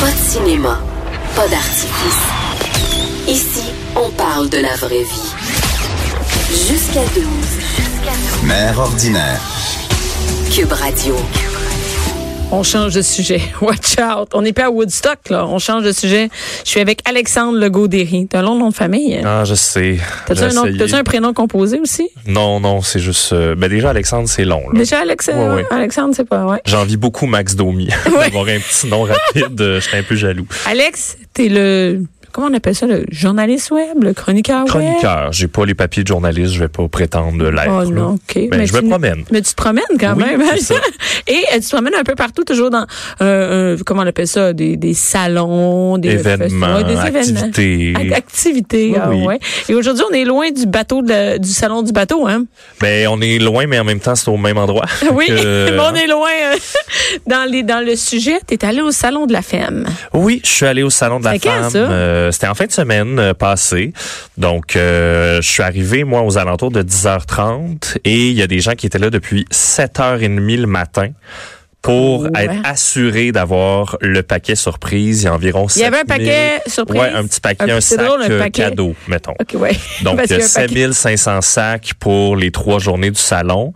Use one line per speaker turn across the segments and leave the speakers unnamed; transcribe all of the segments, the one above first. Pas de cinéma, pas d'artifice. Ici, on parle de la vraie vie. Jusqu'à 12.
Mère ordinaire.
Cube Radio.
On change de sujet. Watch out. On n'est pas à Woodstock, là. On change de sujet. Je suis avec Alexandre Legaudéry. T'as un long nom de famille. hein?
Ah, je sais.
T'as-tu
J'ai
un, nom-
essayé.
t'as-tu un prénom composé aussi?
Non, non, c'est juste. euh, ben déjà, Alexandre, c'est long. Là.
Déjà, Alexandre,
Ah. Ouais, ouais.
Alexandre, c'est pas, ouais.
J'envie beaucoup Max Domi d'avoir un petit nom rapide. euh, Je suis un peu jaloux.
Ah Alex, t'es le, comment on appelle ça, le journaliste web, le chroniqueur web?
Chroniqueur. J'ai pas les papiers de journaliste. Je vais pas prétendre l'être.
Oh
là.
non, OK.
Ben, je me
tu-
promène.
Mais tu te promènes quand
Oui,
même. hein?
c'est ça.
Et euh, tu te promènes un peu partout, toujours dans, euh, euh, comment on appelle ça, des, des salons, des
Événements,
festivals, des événements.
activités.
Ac- Activités,
Oui,
ah
oui.
ouais. Et aujourd'hui, on est loin du bateau, de la- du salon du bateau, hein?
Ben, on est loin, mais en même temps, c'est au même endroit.
Oui,
Que-
mais on est loin. euh, dans, les, dans le sujet, t'es allé au salon de la femme.
Oui, je suis allé au salon de la
C'était quand,
femme.
ça?
Euh, C'était en fin de semaine euh, passée. Donc, euh, je suis arrivé, moi, aux alentours de 10h30 et il y a des gens qui étaient là depuis 7h30 le matin pour
Ouais.
être assurés d'avoir le paquet surprise. Il y a environ
Il y avait un
7000
paquet surprise.
Ouais, un petit paquet, un,
petit- c'est
sac
drôle, un
euh,
paquet.
cadeau, Euh, mettons.
OK, ouais.
Donc,
Parce qu'il y a un paquet.
7500 sacs pour les trois journées du salon.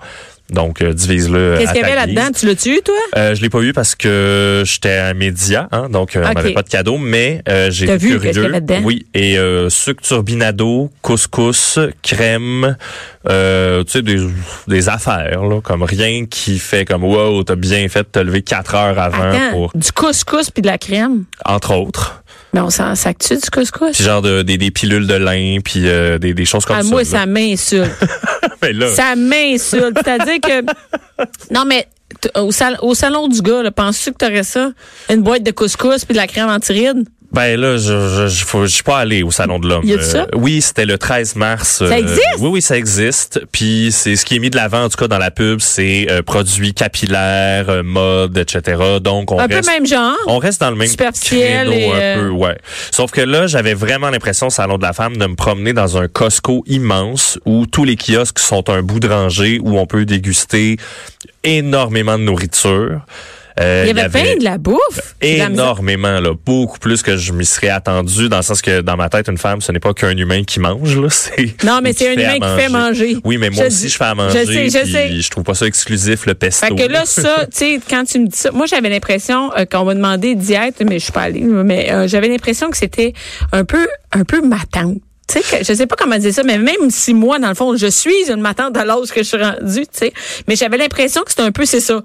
Donc, euh, divise-le
Qu'est-ce
à
qu'il y
ta
avait
guise.
là-dedans? Tu l'as tué, toi?
Euh, je l'ai pas eu parce que j'étais un média, hein, donc euh,
Ah, Ok.
on n'avait pas de cadeau, mais euh, j'ai
T'as
été
vu
curieux.
qu'est-ce qu'il y avait dedans?
Oui, et euh, sucre turbinado, couscous, crème, euh, tu sais des, des affaires là, comme rien qui fait comme wow, t'as bien fait de te lever quatre heures avant
Attends,
pour
du couscous puis de la crème.
entre autres,
Mais on s'en sac-tu du couscous?
puis genre de, des, des pilules de lin, puis euh, des, des choses comme
Ah,
ça.
moi,
là.
ça m'insulte.
Mais là,
ça m'insulte. C'est-à-dire que. Non, mais t- au, sal- au salon du gars, là, penses-tu que t'aurais ça? Une boîte de couscous puis de la crème antiride?
Ben là, je je je, faut- je suis pas allé au salon de l'homme. euh,
Y a-tu ça?
oui, c'était le 13 mars. Ça
existe?
Oui, oui, ça existe. Puis c'est ce qui est mis de l'avant en tout cas dans la pub, c'est euh, produits capillaires, euh, mode, etc. Donc on
Un
reste
peu même genre.
on reste dans le même
Superficiel
créneau
et,
un
euh,
peu, ouais. Sauf que là, j'avais vraiment l'impression au salon de la femme de me promener dans un Costco immense où tous les kiosques sont un bout de rangée où on peut déguster énormément de nourriture. Euh,
Il y avait bien de la bouffe. de la misère.
énormément, là, beaucoup plus que je m'y serais attendu, dans le sens que dans ma tête, une femme, ce n'est pas qu'un humain qui mange, là, c'est
Non, mais
ou
c'est un
fait à
humain qui fait manger.
Oui, mais moi
Je
aussi,
dis-
je fais à manger.
je sais, je
puis
sais.
Je trouve pas ça exclusif, le pesto.
Fait que là, ça, tu sais, quand tu me dis ça, moi j'avais l'impression euh, qu'on m'a demandé diète, mais je suis pas allée, mais euh, j'avais l'impression que c'était un peu, un peu ma tante. Tu sais, que- je sais pas comment dire ça, mais même si moi, dans le fond, je suis une matante à l'âge que je suis rendue, tu sais, mais j'avais l'impression que c'était un peu, c'est ça,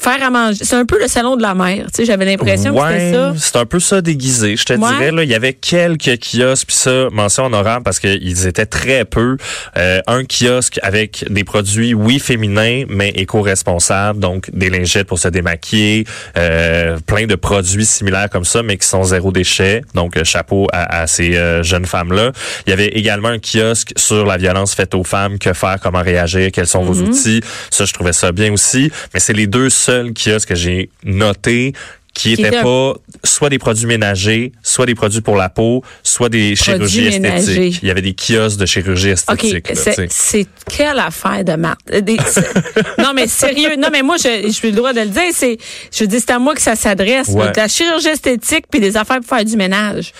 faire à manger. C'est un peu le salon de la mère, tu sais, j'avais l'impression que
Ouais,
c'était ça.
c'est un peu ça déguisé. Je te
Ouais.
dirais, là, il y avait quelques kiosques, puis ça, mention honorable, parce qu'ils étaient très peu. Euh, un kiosque avec des produits, oui, féminins, mais éco-responsables, donc des lingettes pour se démaquiller, euh, plein de produits similaires comme ça, mais qui sont zéro déchet. Donc, euh, chapeau à, à ces euh, jeunes femmes-là. Il y avait également un kiosque sur la violence faite aux femmes, que faire, comment réagir, quels sont
Mhm.
vos outils. Ça, je trouvais ça bien aussi. Mais c'est les deux seuls kiosques que j'ai notés qui
Qui
n'étaient
étaient un
pas pas soit des produits ménagers, soit des produits pour la peau, soit des chirurgies esthétiques.
ménagers.
Il y avait des kiosques de chirurgie
OK,
esthétique. là,
c'est-
tu sais.
c'est quelle affaire de marde. Euh, des- c'est- non, mais sérieux. Non, mais moi, je, je suis le droit de le dire. C'est, je dis, c'est à moi que ça s'adresse.
Ouais.
là, De la chirurgie esthétique puis des affaires pour faire du ménage.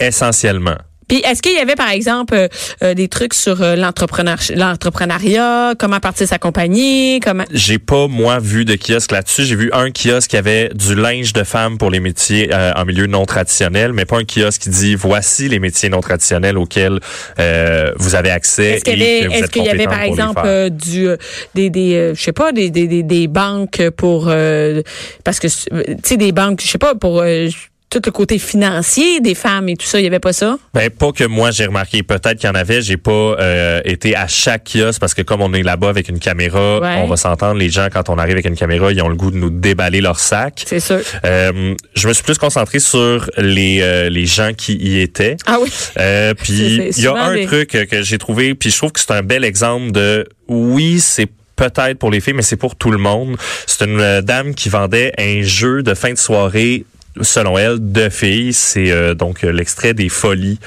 Essentiellement.
Puis, est-ce qu'il y avait, par exemple, euh, euh, des trucs sur euh, l'entrepreneur, l'entrepreneuriat, comment partir sa compagnie, comment...
J'ai pas, moi, vu de kiosque là-dessus. J'ai vu un kiosque qui avait du linge de femme pour les métiers euh, en milieu non traditionnel, mais pas un kiosque qui dit voici les métiers non traditionnels auxquels euh, vous avez accès.
Est-ce qu'il
et que
y avait,
eh, vous
est-ce
êtes
qu'il y avait
compétente
par
pour les
exemple,
faire.
euh, du, euh, des, des, euh, je sais pas, des, des, des, des banques pour, euh, parce que, euh, tu sais, des banques, je sais pas, pour, euh, tout le côté financier des femmes et tout ça, il y avait pas ça?
Ben pas que moi j'ai remarqué, peut-être qu'il y en avait, j'ai pas euh, été à chaque kiosque parce que comme on est là-bas avec une caméra,
Ouais.
on va s'entendre les gens quand on arrive avec une caméra, ils ont le goût de nous déballer leur sac.
C'est sûr.
Euh, je me suis plus concentré sur les euh, les gens qui y étaient.
Ah oui.
Euh,
C'est-
puis
c'est
il y a
souvent
un
des-
truc euh, que j'ai trouvé, puis je trouve que c'est un bel exemple de oui, c'est peut-être pour les filles, mais c'est pour tout le monde. C'est une euh, dame qui vendait un jeu de fin de soirée, selon elle, de filles. C'est euh, donc euh, l'extrait des folies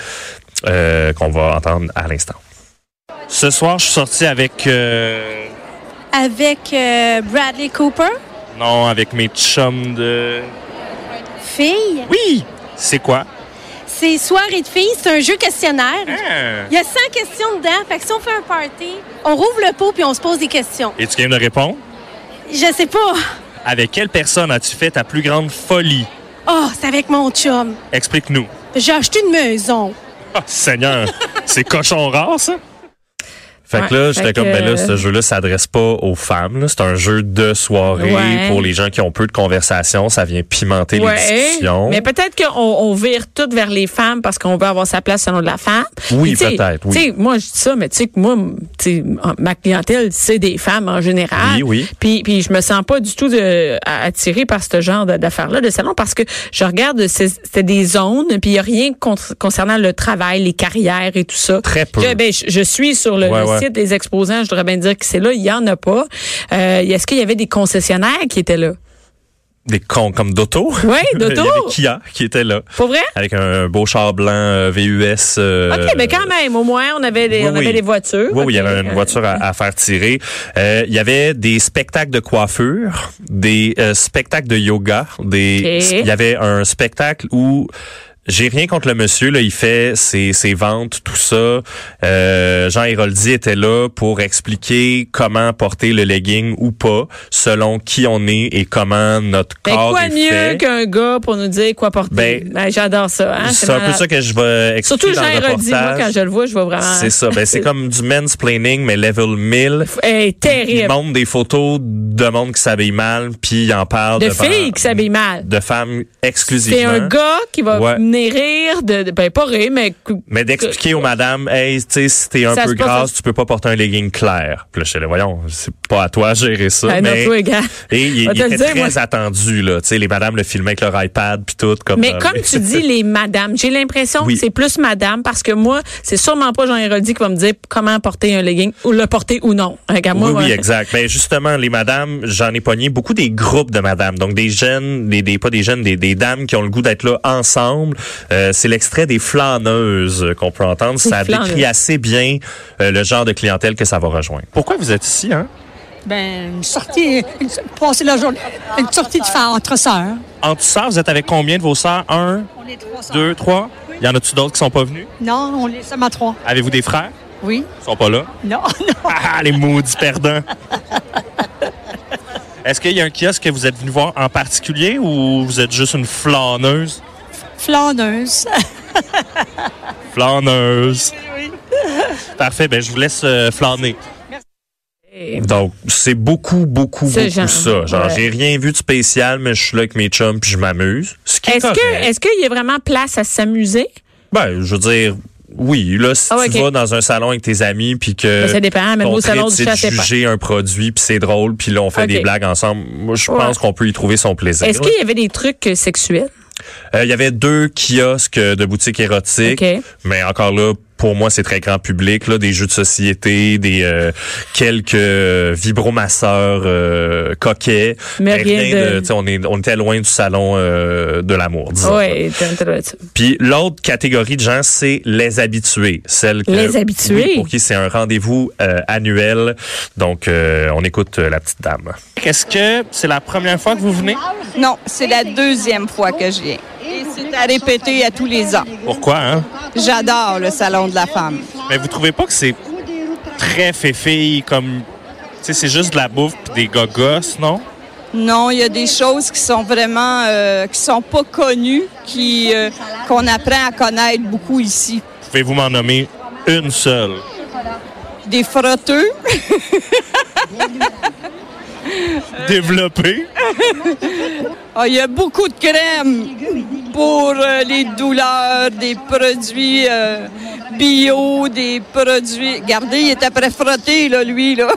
euh, qu'on va entendre à l'instant. Ce soir, je suis sorti avec euh,
avec euh, Bradley Cooper,
non, avec mes chums de
fille.
Oui, c'est quoi
C'est Soirée de filles, c'est un jeu questionnaire.
Ah.
Hein?
Il y a 100 questions dedans, fait que si on fait un party, on rouvre le pot puis on se pose des questions.
Et tu viens de répondre
Je sais pas.
Avec quelle personne as-tu fait ta plus grande folie
Oh, c'est avec mon chum.
Explique-nous.
J'ai acheté une maison.
Ah, Seigneur, c'est cochon rare, ça? Fait que là,
Ouais,
j'étais
fait
comme, ben là,
que-
ce jeu-là s'adresse pas aux femmes. là. C'est un jeu de soirée
Ouais.
pour les gens qui ont peu de conversation. Ça vient pimenter
Ouais.
les discussions.
Mais peut-être qu'on on vire tout vers les femmes parce qu'on veut avoir sa place selon de la femme.
Oui,
Puis, tu sais,
peut-être, oui.
tu sais, moi, je dis ça, mais tu sais que moi, tu sais, ma clientèle, c'est des femmes en général.
Oui, oui.
Puis, puis je me sens pas du tout de, à- attirée par ce genre de- d'affaires-là, de salon, parce que je regarde, c'est c'est des zones, puis il n'y a rien con- concernant le travail, les carrières et tout ça.
Très peu.
Je, ben, je, je suis sur le,
Ouais,
le
ouais.
site des exposants, je devrais bien dire que c'est là, il y en a pas. Euh, Est-ce qu'il y avait des concessionnaires qui étaient là?
Des cons comme Doto.
Ouais,
Il y
Doto.
avait Kia qui était là.
Pour vrai?
Avec un beau char blanc euh, VUS. euh,
OK, mais quand même, au moins, on avait des,
Oui,
on avait
oui.
des voitures.
Oui, oui, il y
Ok,
avait une
euh,
voiture à, à faire tirer. Euh, il y avait des spectacles de coiffure, des euh, spectacles de yoga, des.
Ok.
Il y avait un spectacle où j'ai rien contre le monsieur, là, il fait ses, ses ventes, tout ça. Euh, Jean Héroldi était là pour expliquer comment porter le legging ou pas, selon qui on est et comment notre
Fait
corps
Ben, quoi
est
de
fait.
mieux qu'un gars pour nous dire quoi porter?
Ben,
Ben, J'adore ça. Hein?
C'est un peu
malade.
ça que je vais expliquer
Surtout
dans
Jean
le
Héroldi, moi,
reportage.
quand je le vois, je vois vraiment...
C'est ça. Ben, c'est comme du mansplaining, mais level 1000.
Hey,
Il
terrible.
montre des photos de monde qui s'habille mal, puis il en parle
De
devant-
filles qui s'habillent mal.
de femmes
C'est
exclusivement.
un gars qui va
Ouais.
venir rire, de, de- ben pas rire, mais...
Mais d'expliquer aux madames, hey, tu sais, si t'es un
Ça
peu
se passe-
grasse, tu peux pas porter un legging clair. Puis là, je suis là, voyons, c'est pas à toi de gérer ça.
Ben, non,
mais...
toi, gars.
Et il,
On va
il
te le
était
dire,
très
moi.
attendu, là. Tu sais, les madames le filmaient avec leur iPad, puis tout. Comme,
Mais
euh,
comme tu dis, les madames, j'ai l'impression
Oui.
que c'est plus madame parce que moi, c'est sûrement pas Jean Héroldi qui va me dire comment porter un legging ou le porter ou non. Regarde, moi,
oui, oui,
moi,
exact. Ben justement, les madames, j'en ai pogné beaucoup des groupes de madames, donc des jeunes, des, des pas des jeunes, des, des dames qui ont le goût d'être là ensemble. Euh, c'est l'extrait des flâneuses qu'on peut entendre. Ça
Des flâneuses.
décrit assez bien euh, le genre de clientèle que ça va rejoindre. Pourquoi vous êtes ici, hein?
Ben, une sortie, une, passer la journée, une sortie de faire entre sœurs.
Entre sœurs, vous êtes avec combien de vos sœurs? Un,
On est trois sœurs.
deux, trois? Y en a-tu d'autres qui sont pas venus?
Non, on est seulement trois.
Avez-vous des frères?
Oui.
Ils sont pas là.
Non, non.
Ah, les maudits perdants! Est-ce qu'il y a un kiosque que vous êtes venu voir en particulier ou vous êtes juste une flâneuse?
Flâneuse.
Flâneuse. Parfait, ben je vous laisse euh, flâner. Donc, c'est beaucoup, beaucoup,
Ce
beaucoup
genre,
ça. Genre,
ouais.
j'ai rien vu de spécial, mais je suis là avec mes chums puis je m'amuse. Ce qui est
Est-ce que,
correct.
est-ce qu'il y a vraiment place à s'amuser?
Ben, je veux dire, oui, là, si
Ah,
tu
ok.
vas dans un salon avec tes amis puis que...
Ben, ça dépend, mais
ton
moi, au salon
trip,
du
c'est
chat,
de
c'est pas.
juger un produit puis c'est drôle puis là, on fait
Ok.
des blagues ensemble. Moi, je
Ouais.
pense qu'on peut y trouver son plaisir.
Est-ce qu'il y avait des trucs euh, sexuels?
Euh, Il y avait deux kiosques de boutiques érotiques,
Ok.
mais encore là, pour moi, c'est très grand public, là, des jeux de société, des euh, quelques euh, vibromasseurs euh, coquets. Ben,
Mais rien de-
tu sais, on, est, on était loin du salon euh, de l'amour, disons.
Oui,
Puis l'autre catégorie de gens, c'est les habitués. Celles que-
Les habitués?
Oui, pour qui c'est un rendez-vous euh, annuel. Donc, euh, on écoute euh, la petite dame.
Est-ce que c'est la première fois que vous venez?
Non, c'est la deuxième fois que je viens. Et c'est à répéter à tous les ans.
Pourquoi, hein?
J'adore le salon de la femme.
Mais vous trouvez pas que c'est très féfille comme. Tu sais, c'est juste de la bouffe pis des gogos, non?
Non, il y a des choses qui sont vraiment euh, qui sont pas connues, qui euh, qu'on apprend à connaître beaucoup ici.
Pouvez-vous m'en nommer une seule?
Des frotteux,
Développée?
Ah, il y a beaucoup de crème, pour euh, les douleurs, des produits euh, bio, des produits... Regardez, il est après frotté, là, lui, là.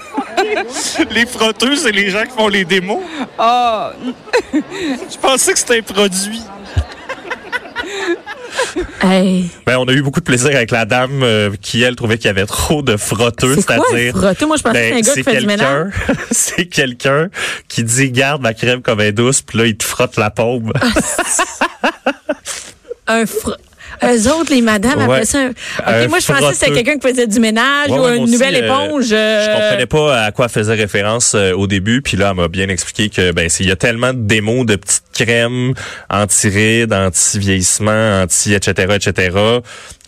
Les frotteuses, c'est les gens qui font les démos.
Ah,
Je pensais que c'était un produit.
Hey,
Ben, on a eu beaucoup de plaisir avec la dame euh, qui, elle, trouvait qu'il y avait trop de frotteux,
c'est quoi un
c'est-à-dire.
frotté? Moi, je pensais
Ben,
que c'était un gars qui fait du ménage.
quelqu'un, c'est quelqu'un qui dit garde ma crème comme elle est douce, puis là il te frotte la paume.
Un fr... Eux autres, les madames,
Ouais.
appellent ça un... OK,
Un
moi, je pensais que c'était
frotteux.
quelqu'un qui faisait du ménage
Ouais,
ou
ouais, moi
une
aussi,
nouvelle
euh,
éponge. euh,
Je comprenais pas à quoi faisait référence euh, au début, puis là elle m'a bien expliqué que ben s'il y a tellement de démos de petites crèmes anti-rides, anti-vieillissement, anti etc etc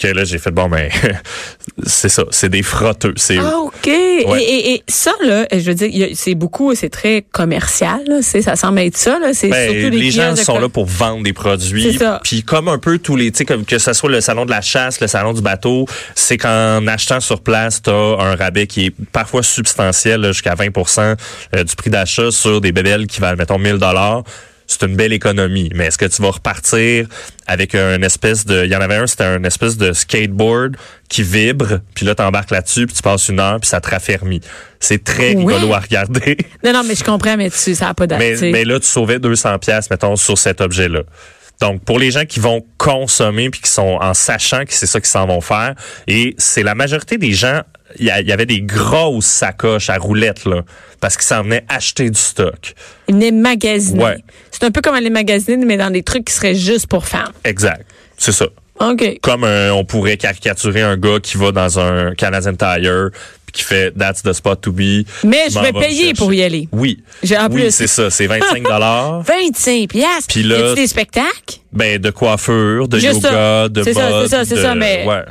que là j'ai fait bon ben c'est ça, c'est des frotteux, c'est eux.
Ah, OK. Et, et- et ça, là, je veux dire, il y a- c'est beaucoup, c'est très commercial, là, c'est- ça semble être ça, là. C'est
Ben,
surtout des
les gens
kiosques de
sont
com-
là pour vendre des
C'est
produits.
ça.
Puis comme un peu tous les, tu sais, comme que ce soit le salon de la chasse, le salon du bateau, c'est qu'en achetant sur place, t'as un rabais qui est parfois substantiel, là, jusqu'à 20 euh, du prix d'achat sur des bébelles qui valent, mettons, 1000 c'est une belle économie, mais est-ce que tu vas repartir avec une espèce de... Il y en avait un, c'était un espèce de skateboard qui vibre, puis là, t'embarques là-dessus, puis tu passes une heure, puis ça te raffermit. C'est très
Ouais.
rigolo à regarder.
Non, non, mais je comprends, mais tu, ça n'a pas
Mais,
d'allure.
mais là, tu sauvais 200 pièces mettons, sur cet objet-là. Donc, pour les gens qui vont consommer puis qui sont en sachant que c'est ça qu'ils s'en vont faire, et c'est la majorité des gens, il y, a- il y avait des grosses sacoches à roulettes, là, parce qu'ils s'en venaient acheter du stock.
Ils venaient magasiner.
Ouais.
C'est un peu comme aller magasiner, mais dans des trucs qui seraient juste pour femmes.
Exact. C'est ça.
OK.
Comme euh, on pourrait caricaturer un gars qui va dans un Canadian Tire puis qui fait « That's the spot to be ».
Mais je
M'en
vais
va me
payer pour
chercher.
y aller.
Oui.
J'ai- en
Oui,
plus.
c'est ça. C'est 25
25 piastres.
Puis là-
Y a-tu des spectacles?
ben, de coiffure, de
Juste
yoga,
ça.
de
C'est ça,
mode,
c'est ça, c'est
de-
ça, mais-
ouais.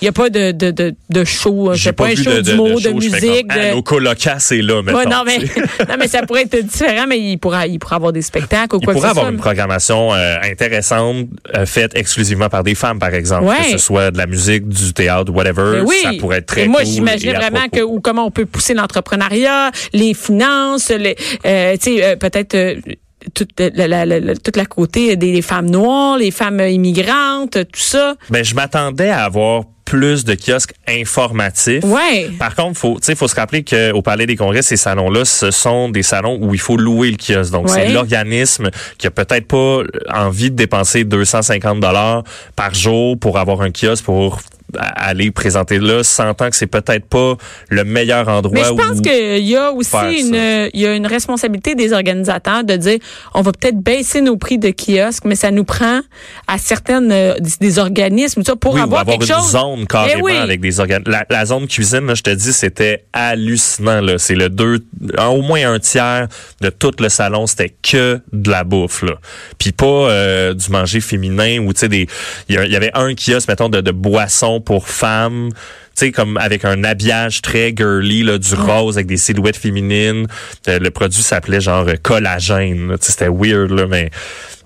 Il n'y a pas de, de, de, de show.
J'ai
J'ai
pas,
pas, un
vu
show
de, de,
d'humour, de,
de, show, je fais
musique.
comme, Ah,
de-
nos colocats, c'est là, maintenant.
Ouais, non, mais, non, mais ça pourrait être différent, mais il pourra, il pourra avoir des spectacles ou
Il
quoi que
pourrait
ce
avoir
soit. Ben
une programmation euh, intéressante euh, faite exclusivement par des femmes, par exemple.
Ouais.
Que ce soit de la musique, du théâtre, whatever.
Mais oui.
Ça pourrait être très
Et moi,
cool
j'imaginais
et à
vraiment que
propos.
ou comment on peut pousser l'entrepreneuriat, les finances, les, euh, tu sais, euh, peut-être. euh, toute la, la- la- la- toute la côté des, des femmes noires, les femmes euh, immigrantes, euh, tout ça.
Ben, je m'attendais à avoir plus de kiosques informatifs.
Ouais.
Par contre, faut, tu sais, faut se rappeler qu'au Palais des Congrès, ces salons-là, ce sont des salons où il faut louer le kiosque. Donc,
Ouais.
c'est l'organisme qui a peut-être pas envie de dépenser 250 dollars par jour pour avoir un kiosque pour a- aller présenter là, sentant que c'est peut-être pas le meilleur endroit
Mais je
où-
pense qu'il y a
faire
aussi
ça.
une, euh, il y a une responsabilité des organisateurs de dire, on va peut-être baisser nos prix de kiosque, mais ça nous prend à certaines euh, des, des organismes, tout ça, pour
Oui, ou
avoir,
avoir une
quelque chose.
zone carrément
Eh oui.
avec des organes. La, la zone cuisine, là, je te dis, c'était hallucinant. là. C'est le deux, en au moins un tiers de tout le salon, c'était que de la bouffe. Là. Puis pas euh, du manger féminin ou tu sais des. Il y, a- il y avait un kiosque mettons de, de boissons pour femmes. Tu sais, comme avec un habillage très girly, là, du rose avec des silhouettes féminines. Euh, le produit s'appelait genre euh, collagène. là. Tu sais, C'était weird, là, mais,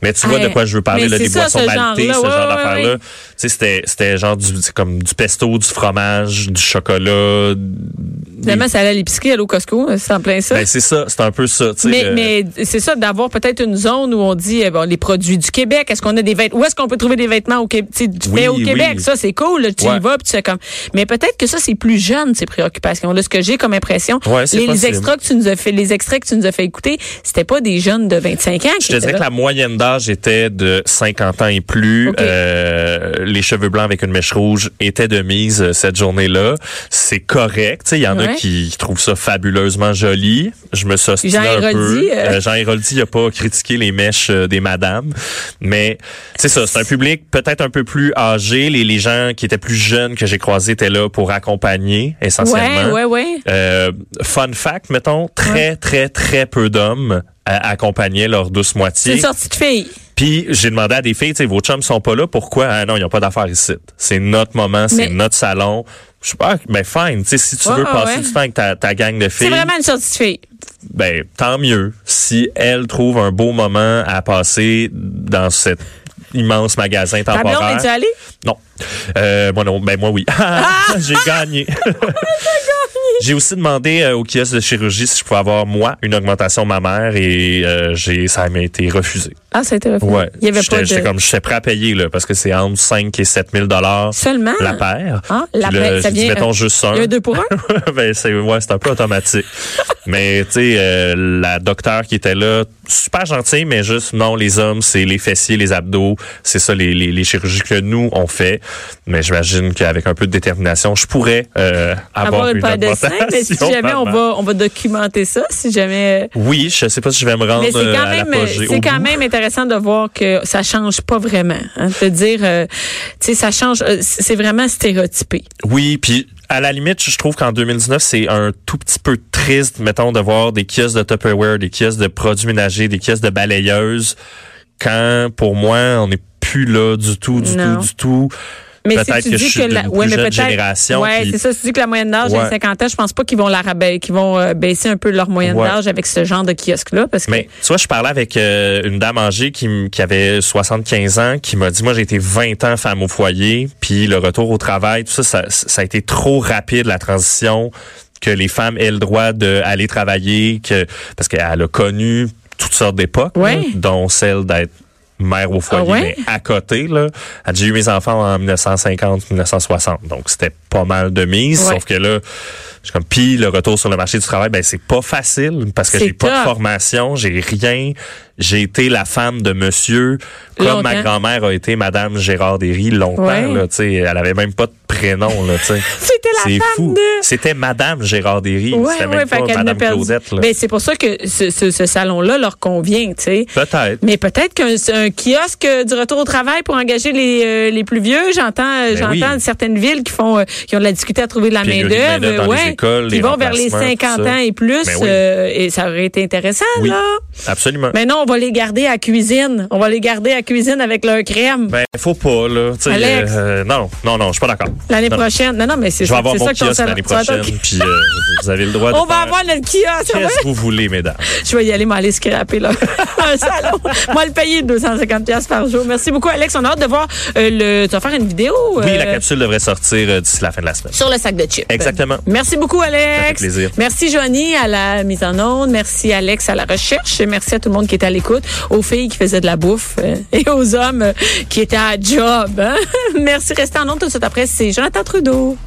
mais tu vois
Ouais.
de quoi je veux parler,
Mais
là,
c'est
des
ça,
boissons
ce
maltées,
genre-là.
ce
Ouais,
genre
ouais,
d'affaires-là.
ouais.
Tu sais, c'était, c'était genre du, c'est comme du pesto, du fromage, du chocolat. Ben, des-
Finalement, ça allait à l'épicerie, aller au Costco, euh, c'est en plein ça.
Ben, c'est ça, c'est un peu ça. tu sais,
Mais,
le-
mais c'est ça, d'avoir peut-être une zone où on dit, eh ben, les produits du Québec, est-ce qu'on a des vêtements, où est-ce qu'on peut trouver des vêtements au, Qué- tu sais, du-
Oui,
faits au
oui.
Québec? Ça, c'est cool, là, tu y
Ouais.
vas, puis tu fais comme. Mais peut-être que ça, c'est plus jeune, ces préoccupations. Là, ce que j'ai comme impression,
Ouais, c'est
les, les
possible.
extras que tu nous as fait, les extraits que tu nous as fait écouter, c'était pas des jeunes de 25 ans. qui
Je te
étaient
dirais
là.
que la moyenne d'âge était de 50 ans et plus.
Ok.
Euh, les cheveux blancs avec une mèche rouge étaient de mise euh, cette journée-là. C'est correct. Tu sais, Il y en a
Ouais.
qui, qui trouvent ça fabuleusement joli. Je me suis
Jean
un peu.
Héroldi, euh.
Euh, Jean Héroldi n'a pas critiqué les mèches euh, des madames. Mais c'est ça, c'est un public peut-être un peu plus âgé. Les, les gens qui étaient plus jeunes que j'ai croisés étaient là pour accompagner essentiellement.
Ouais, ouais, ouais.
Euh, fun fact, mettons, très, très, très peu d'hommes euh, accompagnaient leur douce
C'est
moitié.
une sortie de fille.
Puis j'ai demandé à des filles, tu sais, vos chums sont pas là, pourquoi? Ah non, ils n'ont pas d'affaires ici. C'est notre moment, c'est
Mais-
notre salon. Je sais pas, ben fine, tu sais, si tu
Ouais,
veux
ouais,
passer
ouais.
du temps avec ta, ta gang de filles,
C'est vraiment une sortie de fille.
ben tant mieux. Si elles trouvent un beau moment à passer dans cet immense magasin
Ta blonde,
temporaire.
es-tu allée?
Non. Euh, moi non, ben moi oui. Ah, J'ai gagné. J'ai aussi demandé euh, au kiosque de chirurgie si je pouvais avoir, moi, une augmentation mammaire et euh, j'ai ça m'a été refusé.
Ah, ça a été refusé.
Ouais.
Il y avait
J'étais-
pas
J'étais
de...
comme, j'étais prêt à payer, là, parce que c'est entre 5 et 7 000
Seulement?
la paire.
Ah, la
Puis là,
paire, ça
j'ai dit,
vient,
mettons
euh,
juste
Il y a un deux pour un?
ben, c'est ouais, c'est un peu automatique. mais tu sais, euh, la docteure qui était là, super gentille, mais juste non, les hommes, c'est les fessiers, les abdos, c'est ça les, les, les chirurgies que nous on fait. Mais j'imagine qu'avec un peu de détermination, je pourrais euh, avoir,
avoir une paire de
augmentation.
seins. Mais si jamais, on va, on va documenter ça. Si jamais...
Oui, je sais pas si je vais me rendre
Mais c'est
euh,
quand,
à
même,
l'apogée, au
c'est quand
bout.
même intéressant de voir que ça change pas vraiment. Hein, de dire, euh, tu sais, ça change, euh, c'est vraiment stéréotypé.
Oui, puis à la limite, je trouve qu'en 2019, c'est un tout petit peu triste, mettons, de voir des kiosques de Tupperware, des kiosques de produits ménagers, des kiosques de balayeuses, quand, pour moi, on n'est plus là du tout, du
Non.
tout, du tout.
Mais si
peut-être
tu
que
dis
je suis
que la
d'une
ouais,
plus
mais
jeune
peut-être-
génération.
Ouais,
puis-
c'est ça. Si tu dis que la moyenne d'âge
Ouais.
est 50 ans, je pense pas qu'ils vont la rabaisser, qu'ils vont euh, baisser un peu leur moyenne
Ouais.
d'âge avec ce genre de kiosque-là. Parce que
Mais tu vois, je parlais avec euh, une dame âgée qui, m- qui avait 75 ans, qui m'a dit, moi, j'ai été 20 ans femme au foyer, puis le retour au travail, tout ça, ça, ça a été trop rapide, la transition, que les femmes aient le droit d'aller travailler, que parce qu'elle a connu toutes sortes d'époques,
Ouais.
là, dont celle d'être mère au foyer,
Ah ouais?
mais à côté, là. Elle dit, J'ai eu mes enfants en 1950, 1960, donc c'était pas mal de mise,
Ouais.
sauf que là, je suis comme, puis le retour sur le marché du travail, ben c'est pas facile, parce que
C'est
j'ai pas de
tough.
formation, j'ai rien. J'ai été la femme de monsieur, comme
Longtemps.
ma grand-mère a été Madame Gérard Derry longtemps.
Ouais.
Là, tu sais, elle avait même pas de prénom. Là, tu sais.
C'était la
C'est
femme
fou.
de-
C'était Madame Gérard Derry.
Ouais,
C'était même
ouais, fait
pas
qu'elle l'a
Madame
perdu.
Claudette. là.
Ben, c'est pour ça que ce, ce- ce salon-là leur convient, tu sais.
Peut-être.
Mais peut-être qu'un un kiosque euh, du retour au travail pour engager les, euh, les plus vieux, j'entends euh,
Ben
j'entends
oui.
certaines villes qui font euh, qui ont de la difficulté à trouver de la
Pénurie
main
de
d'œuvre,
main-d'œuvre dans les
ouais,
écoles,
qui
les
vont vers les
remplacements, tout
50
ça.
ans et plus
Ben oui.
euh, et ça aurait été intéressant
Oui.
là.
Absolument.
Mais non, on va les garder à cuisine, on va les garder à cuisine avec leur crème
Ben, faut pas, là. Tu sais,
Alex.
euh, non, non, non, je suis pas d'accord.
l'année
Non, non.
prochaine. Non non, mais c'est
Je vais
ça,
avoir
c'est
mon
ça que ton
kiosque
salon-
l'année
tu vas-
prochaine, puis euh, vous avez le droit de
On va
faire
avoir notre kiosque.
Qu'est-ce que vous voulez, mesdames?
Je vais y aller m'aller scraper là. un salon. Moi le payer 250 pièces par jour. Merci beaucoup Alex, on a hâte de voir euh, le tu vas faire une vidéo
Oui, la
euh,
capsule devrait sortir euh, d'ici la fin de la semaine.
sur le sac de chips.
Exactement.
Merci beaucoup, Alex.
Ça fait plaisir.
Merci, Joanie, à la mise en onde. Merci, Alex, à la recherche. Et merci à tout le monde qui était à l'écoute, aux filles qui faisaient de la bouffe euh, et aux hommes euh, qui étaient à job. hein. merci. Restez en onde tout de suite après. C'est Jonathan Trudeau.